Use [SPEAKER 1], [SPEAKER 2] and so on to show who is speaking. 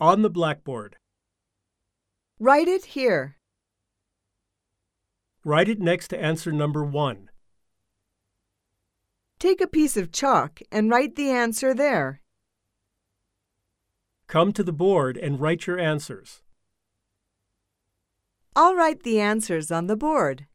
[SPEAKER 1] on the blackboard.
[SPEAKER 2] Write it here.
[SPEAKER 1] Write it next to answer number one.
[SPEAKER 2] Take a piece of chalk and write the answer there.
[SPEAKER 1] Come to the board and write your answers.
[SPEAKER 2] I'll write the answers on the board.